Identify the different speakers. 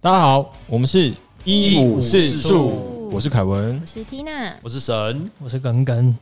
Speaker 1: 大家好，我们是
Speaker 2: 一五四处
Speaker 1: 我是凯文
Speaker 3: 哦我，是 Tina，
Speaker 4: 我是神，
Speaker 5: 我是耿耿，